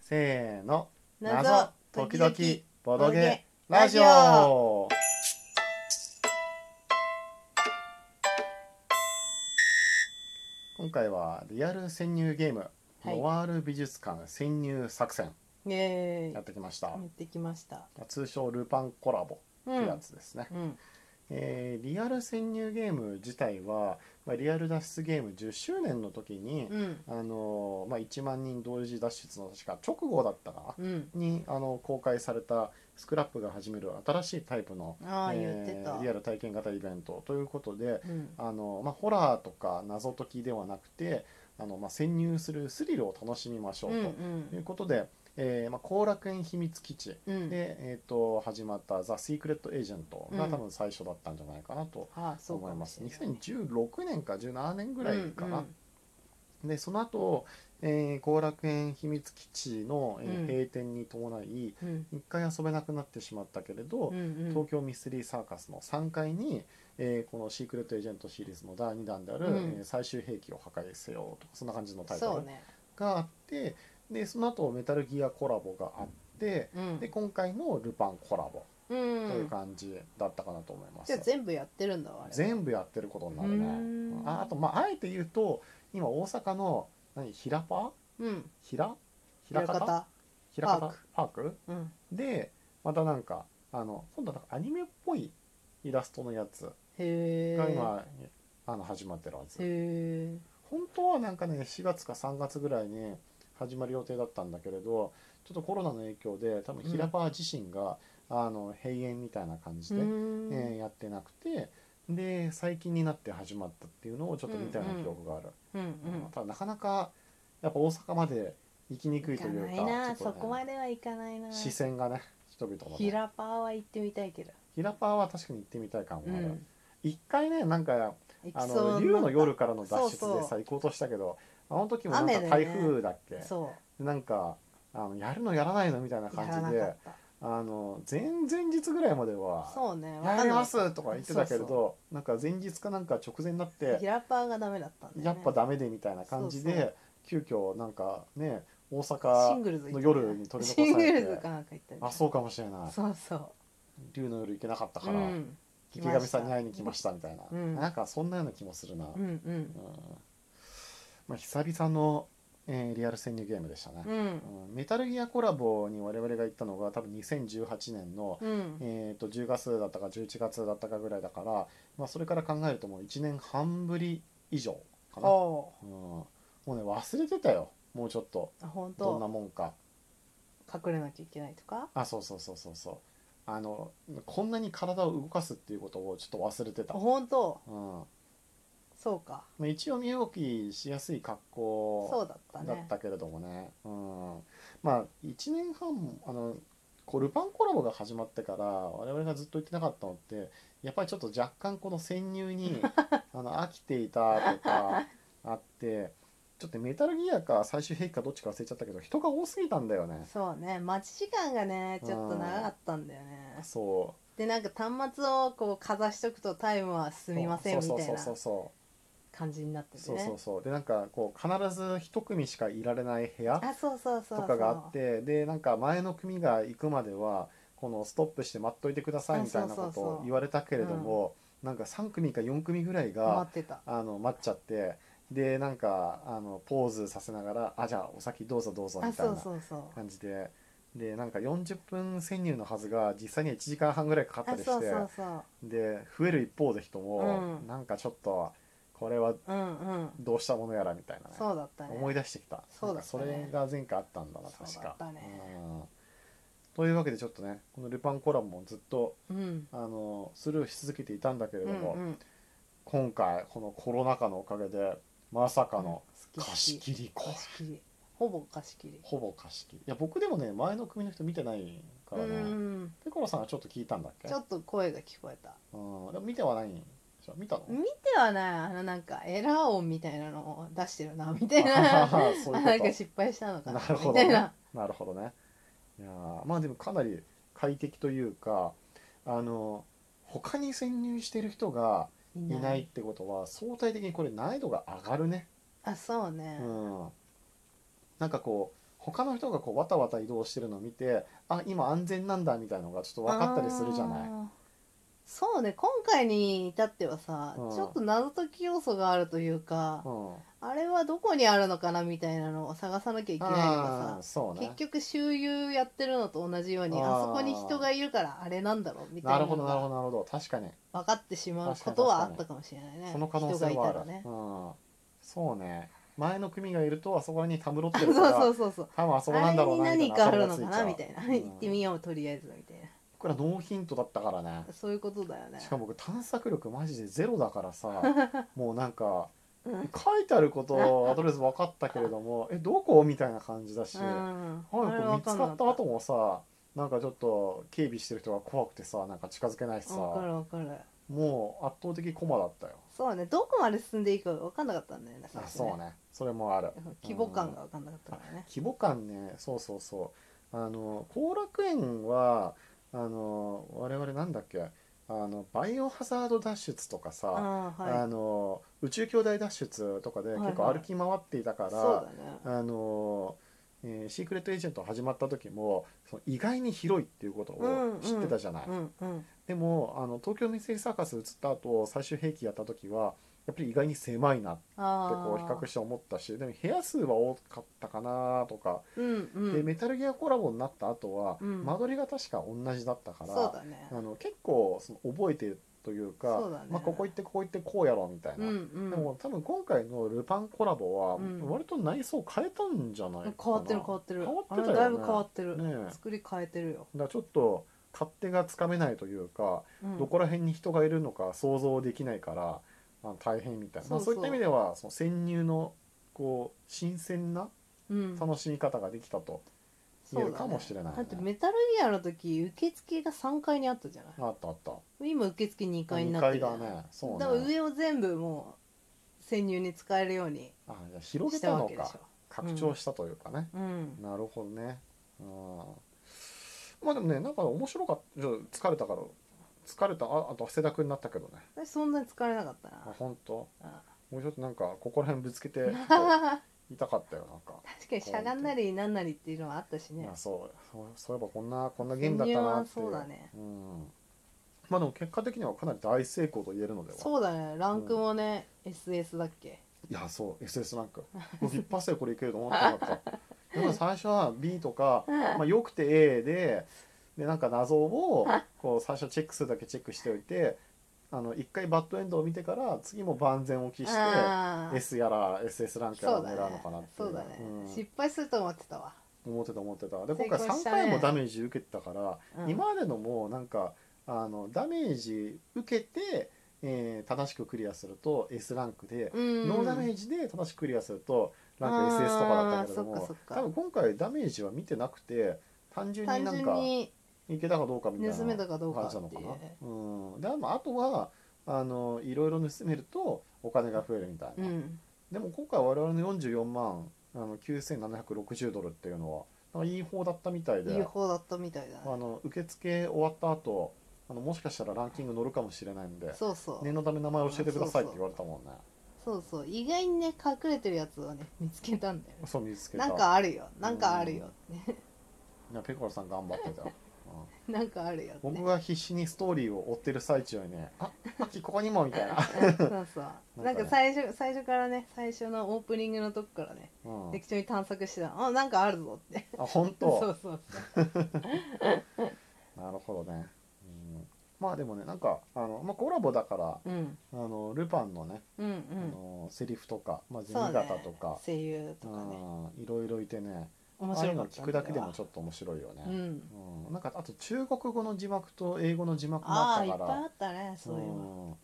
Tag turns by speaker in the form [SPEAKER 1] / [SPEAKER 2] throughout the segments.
[SPEAKER 1] せーの
[SPEAKER 2] 謎
[SPEAKER 1] 謎
[SPEAKER 2] 時
[SPEAKER 1] 時々ボ
[SPEAKER 2] 々
[SPEAKER 1] ドゲラジ
[SPEAKER 2] ラジ
[SPEAKER 1] オ今回はリアル潜入ゲーム「
[SPEAKER 2] はい
[SPEAKER 1] ノワール美術館潜入作戦
[SPEAKER 2] イエ」ー
[SPEAKER 1] やっ
[SPEAKER 2] イ
[SPEAKER 1] てきました、
[SPEAKER 2] 持ってきました
[SPEAKER 1] 通称ルパンコラボ
[SPEAKER 2] う
[SPEAKER 1] って
[SPEAKER 2] ん
[SPEAKER 1] やつですね、
[SPEAKER 2] うん
[SPEAKER 1] えーリアル潜入ゲーム自体は、まあ、リアル脱出ゲーム10周年の時に、
[SPEAKER 2] うん
[SPEAKER 1] あのーまあ、1万人同時脱出の確か直後だったかな、
[SPEAKER 2] うん
[SPEAKER 1] にあの公開されたスクラップが始める新しいタイプの、
[SPEAKER 2] ああ
[SPEAKER 1] え
[SPEAKER 2] 言
[SPEAKER 1] ー
[SPEAKER 2] ってた
[SPEAKER 1] リアル体験型イベントということで
[SPEAKER 2] うん
[SPEAKER 1] あの、まあ、ホラーとか謎解きではなくてあの、まあ、潜入するスリルを楽しみましょ
[SPEAKER 2] う
[SPEAKER 1] うんということで、えーまあ、後楽園秘密基地で、
[SPEAKER 2] うんうん
[SPEAKER 1] えー、と始まった「ザ・シークレット・エージェント」が
[SPEAKER 2] うん
[SPEAKER 1] 多分最初だったんじゃないかなと
[SPEAKER 2] ああそう
[SPEAKER 1] 思
[SPEAKER 2] か
[SPEAKER 1] い
[SPEAKER 2] も
[SPEAKER 1] ま
[SPEAKER 2] し
[SPEAKER 1] す。
[SPEAKER 2] れない
[SPEAKER 1] 2016年か17年ぐらいかな、
[SPEAKER 2] うん
[SPEAKER 1] でその後、えー後楽園秘密基地の、えー
[SPEAKER 2] うん
[SPEAKER 1] 閉店に伴い
[SPEAKER 2] うん
[SPEAKER 1] 一回遊べなくなってしまったけれど、
[SPEAKER 2] うんうん
[SPEAKER 1] 東京ミステリーサーカスの3階に、えーこの「シークレット・エージェント」シリーズの第2弾である、
[SPEAKER 2] うん
[SPEAKER 1] えー最終兵器を破壊せよ」とかそんな感じのタイト
[SPEAKER 2] そう
[SPEAKER 1] ル
[SPEAKER 2] ね
[SPEAKER 1] があってでその後メタルギアコラボがあって、
[SPEAKER 2] うん
[SPEAKER 1] で今回の「ルパン」コラボと
[SPEAKER 2] う
[SPEAKER 1] いうん感じだったかなと思います。
[SPEAKER 2] じゃあ全部やってるんだわあれ
[SPEAKER 1] 全部やってることになる
[SPEAKER 2] う
[SPEAKER 1] ね
[SPEAKER 2] ーん
[SPEAKER 1] ああとまああえて言うと今大阪の何平パ
[SPEAKER 2] うん
[SPEAKER 1] 平平
[SPEAKER 2] 裏
[SPEAKER 1] 方
[SPEAKER 2] 方
[SPEAKER 1] 平方
[SPEAKER 2] パーク
[SPEAKER 1] パーク
[SPEAKER 2] うん
[SPEAKER 1] でまたなんかあの今度はなんかアニメっぽいイラストのやつ
[SPEAKER 2] へえ
[SPEAKER 1] が今、あの始まってるは
[SPEAKER 2] へ
[SPEAKER 1] ず
[SPEAKER 2] え
[SPEAKER 1] 本当はなんかね4月か3月ぐらいに始まる予定だったんだけれどちょっとコロナの影響で多分
[SPEAKER 2] うん
[SPEAKER 1] 平パー自身が、あの閉園みたいな感じで、えーやってなくてで最近になって始まったっていうのをちょっと見たような記憶がある、
[SPEAKER 2] うん
[SPEAKER 1] うんただなかなかやっぱ大阪まで行きにくいというか
[SPEAKER 2] 行かないな
[SPEAKER 1] ちょ
[SPEAKER 2] そ
[SPEAKER 1] っとね
[SPEAKER 2] こまでは行かないな
[SPEAKER 1] 視線がね人々の
[SPEAKER 2] ヒ
[SPEAKER 1] ね
[SPEAKER 2] ラパーは行ってみたいけど
[SPEAKER 1] ヒラパーは確かに行ってみたい感
[SPEAKER 2] う
[SPEAKER 1] もある、
[SPEAKER 2] ん
[SPEAKER 1] 一回ねなんか
[SPEAKER 2] 行き
[SPEAKER 1] あ
[SPEAKER 2] そうに
[SPEAKER 1] の
[SPEAKER 2] なった
[SPEAKER 1] 竜の夜からの脱出でさ
[SPEAKER 2] そうそ
[SPEAKER 1] 行こうとしたけどあの時もなんか
[SPEAKER 2] 雨でね
[SPEAKER 1] 台風だっけ、
[SPEAKER 2] そ
[SPEAKER 1] なんかあのやるのやらないのみたいな
[SPEAKER 2] うやら
[SPEAKER 1] 感じ
[SPEAKER 2] なか
[SPEAKER 1] で
[SPEAKER 2] った
[SPEAKER 1] あの前々日ぐらいまでは
[SPEAKER 2] そうね、わ
[SPEAKER 1] や
[SPEAKER 2] かん
[SPEAKER 1] り
[SPEAKER 2] なか
[SPEAKER 1] ま
[SPEAKER 2] った
[SPEAKER 1] すとか言ってたけれど
[SPEAKER 2] そう
[SPEAKER 1] なんか前日かなんか直前になっ
[SPEAKER 2] そうヒ
[SPEAKER 1] て
[SPEAKER 2] ラパーがダメだったんだよ、ね。
[SPEAKER 1] やっぱダメでみたいな感じで急遽なんかね大阪
[SPEAKER 2] シングルズ行ったんだよ
[SPEAKER 1] の夜に取り残されて
[SPEAKER 2] シングルズかなんか行ったんだよ
[SPEAKER 1] あそうかもしれない
[SPEAKER 2] そうそう。
[SPEAKER 1] 竜の夜行けなかった
[SPEAKER 2] う
[SPEAKER 1] から、
[SPEAKER 2] ん、
[SPEAKER 1] 池上さんに会いに来ましたみたいな、
[SPEAKER 2] うん
[SPEAKER 1] なんかそんなような気もするな、
[SPEAKER 2] うん、うん、
[SPEAKER 1] うんまあ、久々の、えーリアル潜入ゲームでしたね
[SPEAKER 2] う、ん、
[SPEAKER 1] うんメタルギアコラボに我々が行ったのが多分2018年の、
[SPEAKER 2] うん、
[SPEAKER 1] えー、と10月だったか11月だったかぐらいだから、まあ、それから考えるともう1年半ぶり以上かな、うん、
[SPEAKER 2] お
[SPEAKER 1] もうね忘れてたよもうちょっと
[SPEAKER 2] ーあ、本
[SPEAKER 1] どんな
[SPEAKER 2] 当。
[SPEAKER 1] もんか
[SPEAKER 2] 隠れなきゃいけないとか。
[SPEAKER 1] あそうそうそうそうそうあのこんなに体を動かすっていうことをちょっと忘れて
[SPEAKER 2] あ
[SPEAKER 1] た、うん
[SPEAKER 2] 本当。
[SPEAKER 1] ま
[SPEAKER 2] そうか。
[SPEAKER 1] あ、一応身動きしやすい格
[SPEAKER 2] そ
[SPEAKER 1] 好
[SPEAKER 2] うだった
[SPEAKER 1] だっ
[SPEAKER 2] ね。
[SPEAKER 1] たけれどもねうん、まあ1年半あのこうルパンコラボが始まってから我々がずっと言ってなかったのってやっぱりちょっと若干この潜入 にあの飽きていたとかあってちょっとメタルギアか最終兵器かどっちか忘れちゃったけど人が多すぎたんだよね。
[SPEAKER 2] そうね、待ち時間がね、ちょっと長かったんだよね。
[SPEAKER 1] そう
[SPEAKER 2] で、なんか端末をこうかざしとくと、タイムは進みませんみたいな
[SPEAKER 1] そうそ
[SPEAKER 2] 感じになっ
[SPEAKER 1] う
[SPEAKER 2] てて
[SPEAKER 1] そうそうそうそうそ
[SPEAKER 2] ね。
[SPEAKER 1] うでなんかこう必ず一組しかいられない部屋
[SPEAKER 2] あ、そうそうそうそ
[SPEAKER 1] と
[SPEAKER 2] う。
[SPEAKER 1] かがあってでなんか前の組が行くまではこのストップして待っといてくださいみたいな
[SPEAKER 2] あそうそ
[SPEAKER 1] こと
[SPEAKER 2] うそう
[SPEAKER 1] を言われたけれどもなんか3組か4組ぐらいが
[SPEAKER 2] 待ってた。
[SPEAKER 1] あの待っちゃってでなんかあのポーズさせながら「あじゃあお先どうぞどうぞ」
[SPEAKER 2] あ、
[SPEAKER 1] みたい
[SPEAKER 2] そう
[SPEAKER 1] な
[SPEAKER 2] そうそう。
[SPEAKER 1] 感じで。でなんか40分潜入のはずが実際には1時間半ぐらいかかった
[SPEAKER 2] あ
[SPEAKER 1] りして
[SPEAKER 2] そうそうそう
[SPEAKER 1] で増える一方で人も、
[SPEAKER 2] うん
[SPEAKER 1] なんかちょっとこれは
[SPEAKER 2] うんうん
[SPEAKER 1] どうしたものやらみたいな、ね
[SPEAKER 2] そうだったね
[SPEAKER 1] 思い出してきた
[SPEAKER 2] そうだったね
[SPEAKER 1] なんかそれが前回あったんだな確か
[SPEAKER 2] そうだったね
[SPEAKER 1] うんというわけでちょっとねこの「ルパンコラボ」もずっと
[SPEAKER 2] うん
[SPEAKER 1] あのスルーし続けていたんだけれ
[SPEAKER 2] う
[SPEAKER 1] ど
[SPEAKER 2] ん
[SPEAKER 1] も、
[SPEAKER 2] うん
[SPEAKER 1] 今回このコロナ禍のおかげでまさかの
[SPEAKER 2] うん
[SPEAKER 1] 貸し切り公演
[SPEAKER 2] 貸し切りほぼ貸し切り
[SPEAKER 1] ほぼ貸し切りいや僕でもね前の組の人見てないか
[SPEAKER 2] う
[SPEAKER 1] らね
[SPEAKER 2] ん
[SPEAKER 1] ペコロさんがちょっと聞いたんだっけ
[SPEAKER 2] ちょっと声が聞こえた
[SPEAKER 1] うん、でも見てはないんでしょ見たの
[SPEAKER 2] 見てはないあのなんかエラー音みたいなのを出して るなみたい
[SPEAKER 1] あ
[SPEAKER 2] な
[SPEAKER 1] ーそういうこと
[SPEAKER 2] なんか失敗したのかな
[SPEAKER 1] なるほど
[SPEAKER 2] みた
[SPEAKER 1] ね
[SPEAKER 2] いな
[SPEAKER 1] なるほどね。いやーまあでもかなり快適というかあの他に潜入してる人が
[SPEAKER 2] い
[SPEAKER 1] いないってことは相対的にこれ難易度が上がるね。
[SPEAKER 2] あそう
[SPEAKER 1] う
[SPEAKER 2] ね
[SPEAKER 1] ん、なんかこう他の人がこうわたわた移動してるのを見てあ今安全なんだみたいのがちょっと分かったりするじゃない
[SPEAKER 2] あ。ーそうね今回に至ってはさ、
[SPEAKER 1] うん
[SPEAKER 2] ちょっと謎解き要素があるというか、
[SPEAKER 1] うん、
[SPEAKER 2] あれはどこにあるのかなみたいなのを探さなきゃいけないの
[SPEAKER 1] あ
[SPEAKER 2] が
[SPEAKER 1] ーそう
[SPEAKER 2] さ、
[SPEAKER 1] ね
[SPEAKER 2] 結局周遊やってるのと同じように
[SPEAKER 1] あ
[SPEAKER 2] あ
[SPEAKER 1] ー
[SPEAKER 2] そこに人がいるからあれなんだろうみた
[SPEAKER 1] ないる
[SPEAKER 2] な
[SPEAKER 1] ほ
[SPEAKER 2] の
[SPEAKER 1] どなるほ
[SPEAKER 2] が
[SPEAKER 1] どなるほど確かに
[SPEAKER 2] 分かってしまうことはあったかもしれないね
[SPEAKER 1] その可能性
[SPEAKER 2] 人が
[SPEAKER 1] はいあ
[SPEAKER 2] たら
[SPEAKER 1] る、
[SPEAKER 2] ね
[SPEAKER 1] うん、そうね前の組がいるとあ そこにたむろっ
[SPEAKER 2] あ
[SPEAKER 1] て
[SPEAKER 2] そ
[SPEAKER 1] る
[SPEAKER 2] う
[SPEAKER 1] から
[SPEAKER 2] そうそうそう
[SPEAKER 1] 多分あそこな
[SPEAKER 2] あ
[SPEAKER 1] ん
[SPEAKER 2] れ
[SPEAKER 1] だろ
[SPEAKER 2] に
[SPEAKER 1] うな
[SPEAKER 2] 何
[SPEAKER 1] み
[SPEAKER 2] か
[SPEAKER 1] た
[SPEAKER 2] あ
[SPEAKER 1] い
[SPEAKER 2] る
[SPEAKER 1] な
[SPEAKER 2] の
[SPEAKER 1] 頭が
[SPEAKER 2] か
[SPEAKER 1] ついちゃう
[SPEAKER 2] なみたいな
[SPEAKER 1] うん
[SPEAKER 2] 行ってみようとりあえずみたい
[SPEAKER 1] これはノーヒントだったからね
[SPEAKER 2] なそういうことだよね
[SPEAKER 1] しかも僕探索力マジでゼロだから さもうなんか
[SPEAKER 2] うん
[SPEAKER 1] 書いてあることはとりあえず分かったけれど もえどこみたいな感じだし、
[SPEAKER 2] うんあれ
[SPEAKER 1] 早く
[SPEAKER 2] わ
[SPEAKER 1] 見
[SPEAKER 2] か
[SPEAKER 1] つ
[SPEAKER 2] んな
[SPEAKER 1] か
[SPEAKER 2] か
[SPEAKER 1] った後もさなんかちょっと警備してる人が怖くてさなんか近づけないし
[SPEAKER 2] わか
[SPEAKER 1] さ
[SPEAKER 2] るわかる
[SPEAKER 1] もう圧倒的駒だったよ
[SPEAKER 2] そうねどこまで進んでいいか分かんなかったんだよね最
[SPEAKER 1] あ
[SPEAKER 2] 初
[SPEAKER 1] そうねそれもある
[SPEAKER 2] 規模感が分かんなかったからね
[SPEAKER 1] 規模感ねそうそうそうあの後楽園はあの我々なんだっけあのバイオハザード脱出とかさ、
[SPEAKER 2] ああ
[SPEAKER 1] あ
[SPEAKER 2] はい
[SPEAKER 1] の宇宙兄弟脱出とかで
[SPEAKER 2] はいはい
[SPEAKER 1] 結構歩き回っていたから、
[SPEAKER 2] そうだね
[SPEAKER 1] あのえーシークレットエージェント始まった時もその意外に広いっていうことを知ってたじゃない、
[SPEAKER 2] うんうん
[SPEAKER 1] でもあの東京ミステリーサーカス移った後最終兵器やった時はやっぱり意外に狭いなって
[SPEAKER 2] ああ
[SPEAKER 1] こう比較して思ったしでも部屋数は多かったかなとか、
[SPEAKER 2] うんうん
[SPEAKER 1] でメタルギアコラボになった後は、
[SPEAKER 2] うん
[SPEAKER 1] 間取りが確か同じだったから
[SPEAKER 2] そうだね
[SPEAKER 1] あの結構その覚えてるというか
[SPEAKER 2] そうだね
[SPEAKER 1] まあ、ここ行ってここ行ってこうやろうみたいな、
[SPEAKER 2] うん
[SPEAKER 1] で
[SPEAKER 2] うん
[SPEAKER 1] も多分今回のルパンコラボは
[SPEAKER 2] うん
[SPEAKER 1] 割と内装変えたんじゃないかな、
[SPEAKER 2] 変わってる変わってる
[SPEAKER 1] 変わって
[SPEAKER 2] あ
[SPEAKER 1] たよね
[SPEAKER 2] れだいぶ変わってる
[SPEAKER 1] ねえ
[SPEAKER 2] 作り変えてるよ
[SPEAKER 1] だからちょっと勝手がつかめないというか、
[SPEAKER 2] うん
[SPEAKER 1] どこら辺に人がいるのか想像できないからあの大変みたいな
[SPEAKER 2] そうそ
[SPEAKER 1] まあ、そ
[SPEAKER 2] う
[SPEAKER 1] ういった意味ではその潜入のこう新鮮な
[SPEAKER 2] うん
[SPEAKER 1] 楽しみ方ができたと言えるかもしれない、
[SPEAKER 2] だ
[SPEAKER 1] ね
[SPEAKER 2] ってメタルギアの時受付が3階にあったじゃな
[SPEAKER 1] あったあった
[SPEAKER 2] い今受付2階に
[SPEAKER 1] 2
[SPEAKER 2] なって
[SPEAKER 1] 階
[SPEAKER 2] るじゃな
[SPEAKER 1] だ
[SPEAKER 2] い
[SPEAKER 1] ねそうね
[SPEAKER 2] だから上を全部もう潜入に使えるように
[SPEAKER 1] あじゃあ広げ
[SPEAKER 2] したた
[SPEAKER 1] の
[SPEAKER 2] わけでし
[SPEAKER 1] か
[SPEAKER 2] ょ
[SPEAKER 1] 拡張したというかね、
[SPEAKER 2] うん
[SPEAKER 1] なるほどね。うん。まあでもね、なんか面白かった。ちょっと疲れたから、疲れた、ああと汗だくになったけどね。
[SPEAKER 2] 私そんなに疲れなかった
[SPEAKER 1] あ
[SPEAKER 2] な、
[SPEAKER 1] 本当。
[SPEAKER 2] あ
[SPEAKER 1] もうちょっとなんか、ここら辺ぶつけて、
[SPEAKER 2] あ確
[SPEAKER 1] 痛かったよ、なんか。
[SPEAKER 2] かにしゃがんなりなんなりっていうのはあったし
[SPEAKER 1] い
[SPEAKER 2] ね
[SPEAKER 1] や、そう、そうそういえばこんな、こんなゲームだったなってい
[SPEAKER 2] 潜入はそうだね
[SPEAKER 1] うん。まあでも結果的にはかなり大成功と言えるのでは。
[SPEAKER 2] そうだねランクもね、SS だっけ
[SPEAKER 1] いや、そう、SS ランク。もう一発でこれいけると思ってなかった。でも最初は B とか、まあ、よくて A ででなんか謎をこう最初チェックするだけチェックしておいてあの一回バッドエンドを見てから次も万全を期して
[SPEAKER 2] あー
[SPEAKER 1] S やら SS ランクや
[SPEAKER 2] そ
[SPEAKER 1] ら
[SPEAKER 2] うだ
[SPEAKER 1] 狙う
[SPEAKER 2] ね
[SPEAKER 1] のかなってい
[SPEAKER 2] そううだね、
[SPEAKER 1] うん
[SPEAKER 2] 失敗すると思ってたわ、
[SPEAKER 1] 思ってた思ってたで
[SPEAKER 2] 成
[SPEAKER 1] 今回
[SPEAKER 2] 功し
[SPEAKER 1] 3
[SPEAKER 2] たね
[SPEAKER 1] 回もダメージ受けてたから、
[SPEAKER 2] うん
[SPEAKER 1] 今までのもなんかあのダメージ受けて、えー正しくクリアすると S ランクで、
[SPEAKER 2] うん
[SPEAKER 1] ノーダメージで正しくクリアするとランク
[SPEAKER 2] あー
[SPEAKER 1] SS とかだったけれど
[SPEAKER 2] そっか
[SPEAKER 1] も
[SPEAKER 2] そっか
[SPEAKER 1] 多分今回ダメージは見てなくて単純に
[SPEAKER 2] 単
[SPEAKER 1] なん
[SPEAKER 2] 純
[SPEAKER 1] か
[SPEAKER 2] に
[SPEAKER 1] いけたかどうかみたいな
[SPEAKER 2] 盗めたかどうか
[SPEAKER 1] 感
[SPEAKER 2] っ
[SPEAKER 1] じなの
[SPEAKER 2] て
[SPEAKER 1] か
[SPEAKER 2] いう
[SPEAKER 1] な。うん、でまああとはあのいろいろ盗めるとお金が増えるみたいうな、
[SPEAKER 2] ん
[SPEAKER 1] でも今回我々の44万あの9760ドルっていうのはなんかいい方だったみたいで
[SPEAKER 2] いい方だったみたいだ
[SPEAKER 1] あ
[SPEAKER 2] ね
[SPEAKER 1] の受付終わった後あのもしかしたらランキング乗るかもしれないんで
[SPEAKER 2] そうそう、
[SPEAKER 1] 念のため名前教えてくださいって言われたもんね
[SPEAKER 2] そうそう意外にね隠れてるやつをね見つけたんだよね
[SPEAKER 1] そう見つけた
[SPEAKER 2] なんかあるよなんかあるよね
[SPEAKER 1] いやペコラさん頑張ってたよ、うん
[SPEAKER 2] なんかあるよね
[SPEAKER 1] 僕が必死にストーリーを追ってる最中にね「あっきここにも」みたいな、
[SPEAKER 2] そうそうなんか最初最初からね最初のオープニングのとこからね
[SPEAKER 1] うん、
[SPEAKER 2] 適当に探索してたのあなんかあるぞって
[SPEAKER 1] あ本当
[SPEAKER 2] そうそうそう
[SPEAKER 1] なるほどね、うん、まあでもねなんかあの、まあ、コラボだから
[SPEAKER 2] うん
[SPEAKER 1] あのルパンのね、
[SPEAKER 2] うんう
[SPEAKER 1] あ
[SPEAKER 2] ん
[SPEAKER 1] のセリフとか、まあ、
[SPEAKER 2] そう
[SPEAKER 1] 銭
[SPEAKER 2] ね
[SPEAKER 1] 形とか
[SPEAKER 2] 声優とかね
[SPEAKER 1] うん、いろいろいてね
[SPEAKER 2] 面
[SPEAKER 1] ああい
[SPEAKER 2] 白
[SPEAKER 1] うの
[SPEAKER 2] かった
[SPEAKER 1] 聞くだけでもち
[SPEAKER 2] ょっ
[SPEAKER 1] ょっと面白いよね、
[SPEAKER 2] とうん
[SPEAKER 1] うんなんかあと中国語の字幕と英語の字幕もあ
[SPEAKER 2] あ
[SPEAKER 1] っ
[SPEAKER 2] あい
[SPEAKER 1] た
[SPEAKER 2] っ
[SPEAKER 1] か
[SPEAKER 2] ぱい
[SPEAKER 1] ら
[SPEAKER 2] あったねそういうの
[SPEAKER 1] ん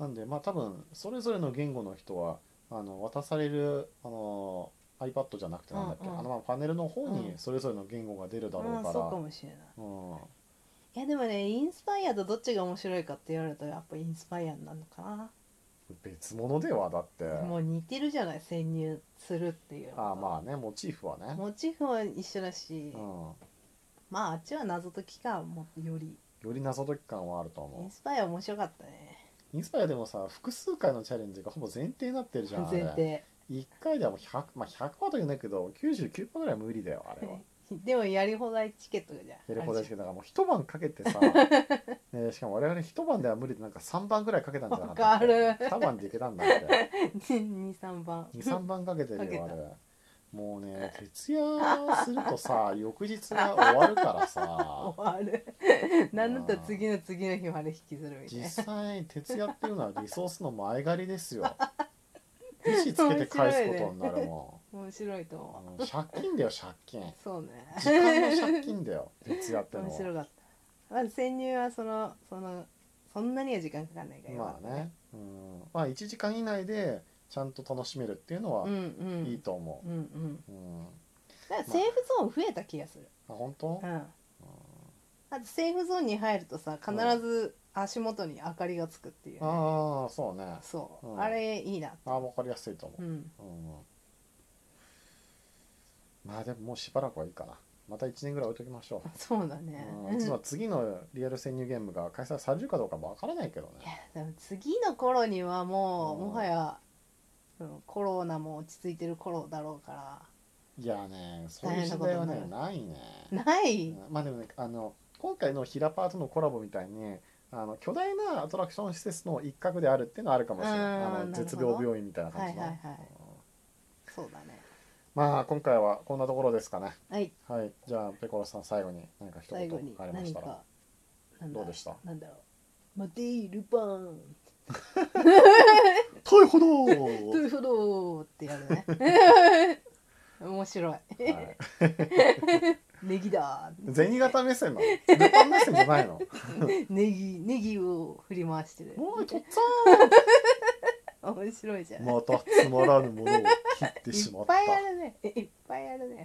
[SPEAKER 1] なんでまあ多分それぞれの言語の人はあの渡されるあの iPad じゃなくてなんだっけ、
[SPEAKER 2] うんうん
[SPEAKER 1] あのまあパネルの方に
[SPEAKER 2] うん
[SPEAKER 1] それぞれの言語が出るだろ
[SPEAKER 2] う
[SPEAKER 1] うんか、
[SPEAKER 2] そうからもしれない
[SPEAKER 1] うん
[SPEAKER 2] いやでもねインスパイアとどっちが面白いかって言われるとやっぱインスパイアになるのか
[SPEAKER 1] 別物ではだって
[SPEAKER 2] なもう似てるじゃない潜入するっていう
[SPEAKER 1] ああまあねモチーフはね、
[SPEAKER 2] モチーフは一緒だし
[SPEAKER 1] うん、
[SPEAKER 2] まああっちは謎解きかもより
[SPEAKER 1] より謎解き感はあると
[SPEAKER 2] イン
[SPEAKER 1] 思
[SPEAKER 2] スパイア面白かったね
[SPEAKER 1] うインスパイアでもさ複数回のチャレンジがほぼ前提になってるじゃんあれ
[SPEAKER 2] 前提
[SPEAKER 1] 1回ではもう100、まあ、100%とは言うんだけど99%ぐらいは無理だよあれは。
[SPEAKER 2] でもやり放題チケットじゃん
[SPEAKER 1] やり放題チケッ
[SPEAKER 2] ッ
[SPEAKER 1] トだからもう一晩かけてさ、ね、しかも我々一晩では無理でなんか3晩ぐらいかけたんじゃなかった
[SPEAKER 2] わかる
[SPEAKER 1] 2晩でいけたんだって
[SPEAKER 2] ト二三番
[SPEAKER 1] 23晩かけてる
[SPEAKER 2] かけ
[SPEAKER 1] よ
[SPEAKER 2] た
[SPEAKER 1] あれもうね徹夜するとさ翌日が終わるからさ
[SPEAKER 2] 終わ るなんだったら次の次の日まで引きずるみたいな
[SPEAKER 1] 実際徹夜っていうのはリソースの前借りですよ利子つけて返すことになるも
[SPEAKER 2] 面白いと
[SPEAKER 1] ん、
[SPEAKER 2] 思
[SPEAKER 1] うん借金だよ借金
[SPEAKER 2] うそうね
[SPEAKER 1] 時間の借金だよ徹夜っての
[SPEAKER 2] 面
[SPEAKER 1] は
[SPEAKER 2] 白かったまず潜入はそのそのそんなには時間かかんないからよか
[SPEAKER 1] ま
[SPEAKER 2] っ
[SPEAKER 1] あ
[SPEAKER 2] た
[SPEAKER 1] ね、うん、まあ1時間以内でちゃんと楽しめるっていうのは
[SPEAKER 2] うんうん
[SPEAKER 1] いいと思
[SPEAKER 2] うんうん
[SPEAKER 1] う、うん
[SPEAKER 2] なんかセーフゾーン増えた気がする、
[SPEAKER 1] あ本当、
[SPEAKER 2] うんあとセーフゾーンに入るとさ必ず足元に明かりがつくっていうね、
[SPEAKER 1] ああそうね
[SPEAKER 2] そう、
[SPEAKER 1] うん
[SPEAKER 2] あれいいな
[SPEAKER 1] ああ分かりやすいと思
[SPEAKER 2] うん
[SPEAKER 1] う、うんまあでももうしばらくはいいかなまた1年ぐらい置いときましょ
[SPEAKER 2] そうだ
[SPEAKER 1] う、
[SPEAKER 2] ね、
[SPEAKER 1] うん、
[SPEAKER 2] い
[SPEAKER 1] 実
[SPEAKER 2] や
[SPEAKER 1] は次のリアル潜入ゲームが開催されるかどうかもわからないけどね
[SPEAKER 2] でも次の頃にはもう、
[SPEAKER 1] うん
[SPEAKER 2] もはや、うん、コロナも落ち着いてる頃だろうか
[SPEAKER 1] いやねそういう時代はねないね
[SPEAKER 2] らな
[SPEAKER 1] う
[SPEAKER 2] い、
[SPEAKER 1] んまあでもねあの今回のヒラパーとのコラボみたいにあの巨大なアトラクション施設の一角であるっていうのはあるかもしれない
[SPEAKER 2] うん
[SPEAKER 1] あ
[SPEAKER 2] なる
[SPEAKER 1] の
[SPEAKER 2] ほど
[SPEAKER 1] 絶病病院みたいな感じの、
[SPEAKER 2] はいはいはい
[SPEAKER 1] うん
[SPEAKER 2] そうだね
[SPEAKER 1] まあ今回はこんなところですかね
[SPEAKER 2] はい
[SPEAKER 1] はい、じゃあペコロさん最後に何か一
[SPEAKER 2] 最後に
[SPEAKER 1] 言ありまし
[SPEAKER 2] 何
[SPEAKER 1] たら
[SPEAKER 2] かなんだ
[SPEAKER 1] どうでした
[SPEAKER 2] なんだろうマティ・ルパン
[SPEAKER 1] 「逮捕だ!」
[SPEAKER 2] トゥーフローってやるね 面白い
[SPEAKER 1] はい
[SPEAKER 2] ネギだ
[SPEAKER 1] 銭形目線なのルパン目線じゃないの
[SPEAKER 2] ネギネギを振り回してる
[SPEAKER 1] おいとっ
[SPEAKER 2] 面白いじゃ
[SPEAKER 1] つぁ
[SPEAKER 2] ん、
[SPEAKER 1] んまたつまらぬものを切って
[SPEAKER 2] い
[SPEAKER 1] し
[SPEAKER 2] っ
[SPEAKER 1] まった
[SPEAKER 2] ぱいあるねいっぱいあるね